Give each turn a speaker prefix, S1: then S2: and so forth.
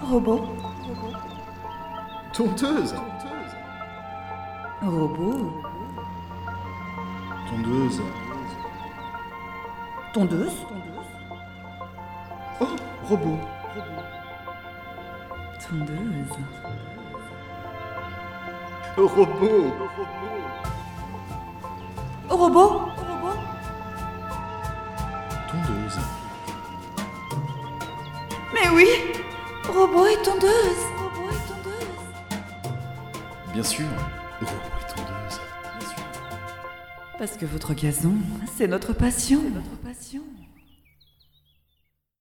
S1: Robot.
S2: Tonteuse
S1: Robot.
S2: Tondeuse.
S1: Tondeuse.
S2: Oh, robot.
S1: Tondeuse.
S2: Robot.
S1: Robot.
S2: Tondeuse.
S1: Mais oui Robot et tondeuse. Robot et tondeuse.
S2: Bien sûr. Robot et tondeuse. Bien sûr.
S1: Parce que votre gazon, c'est notre passion. Notre passion.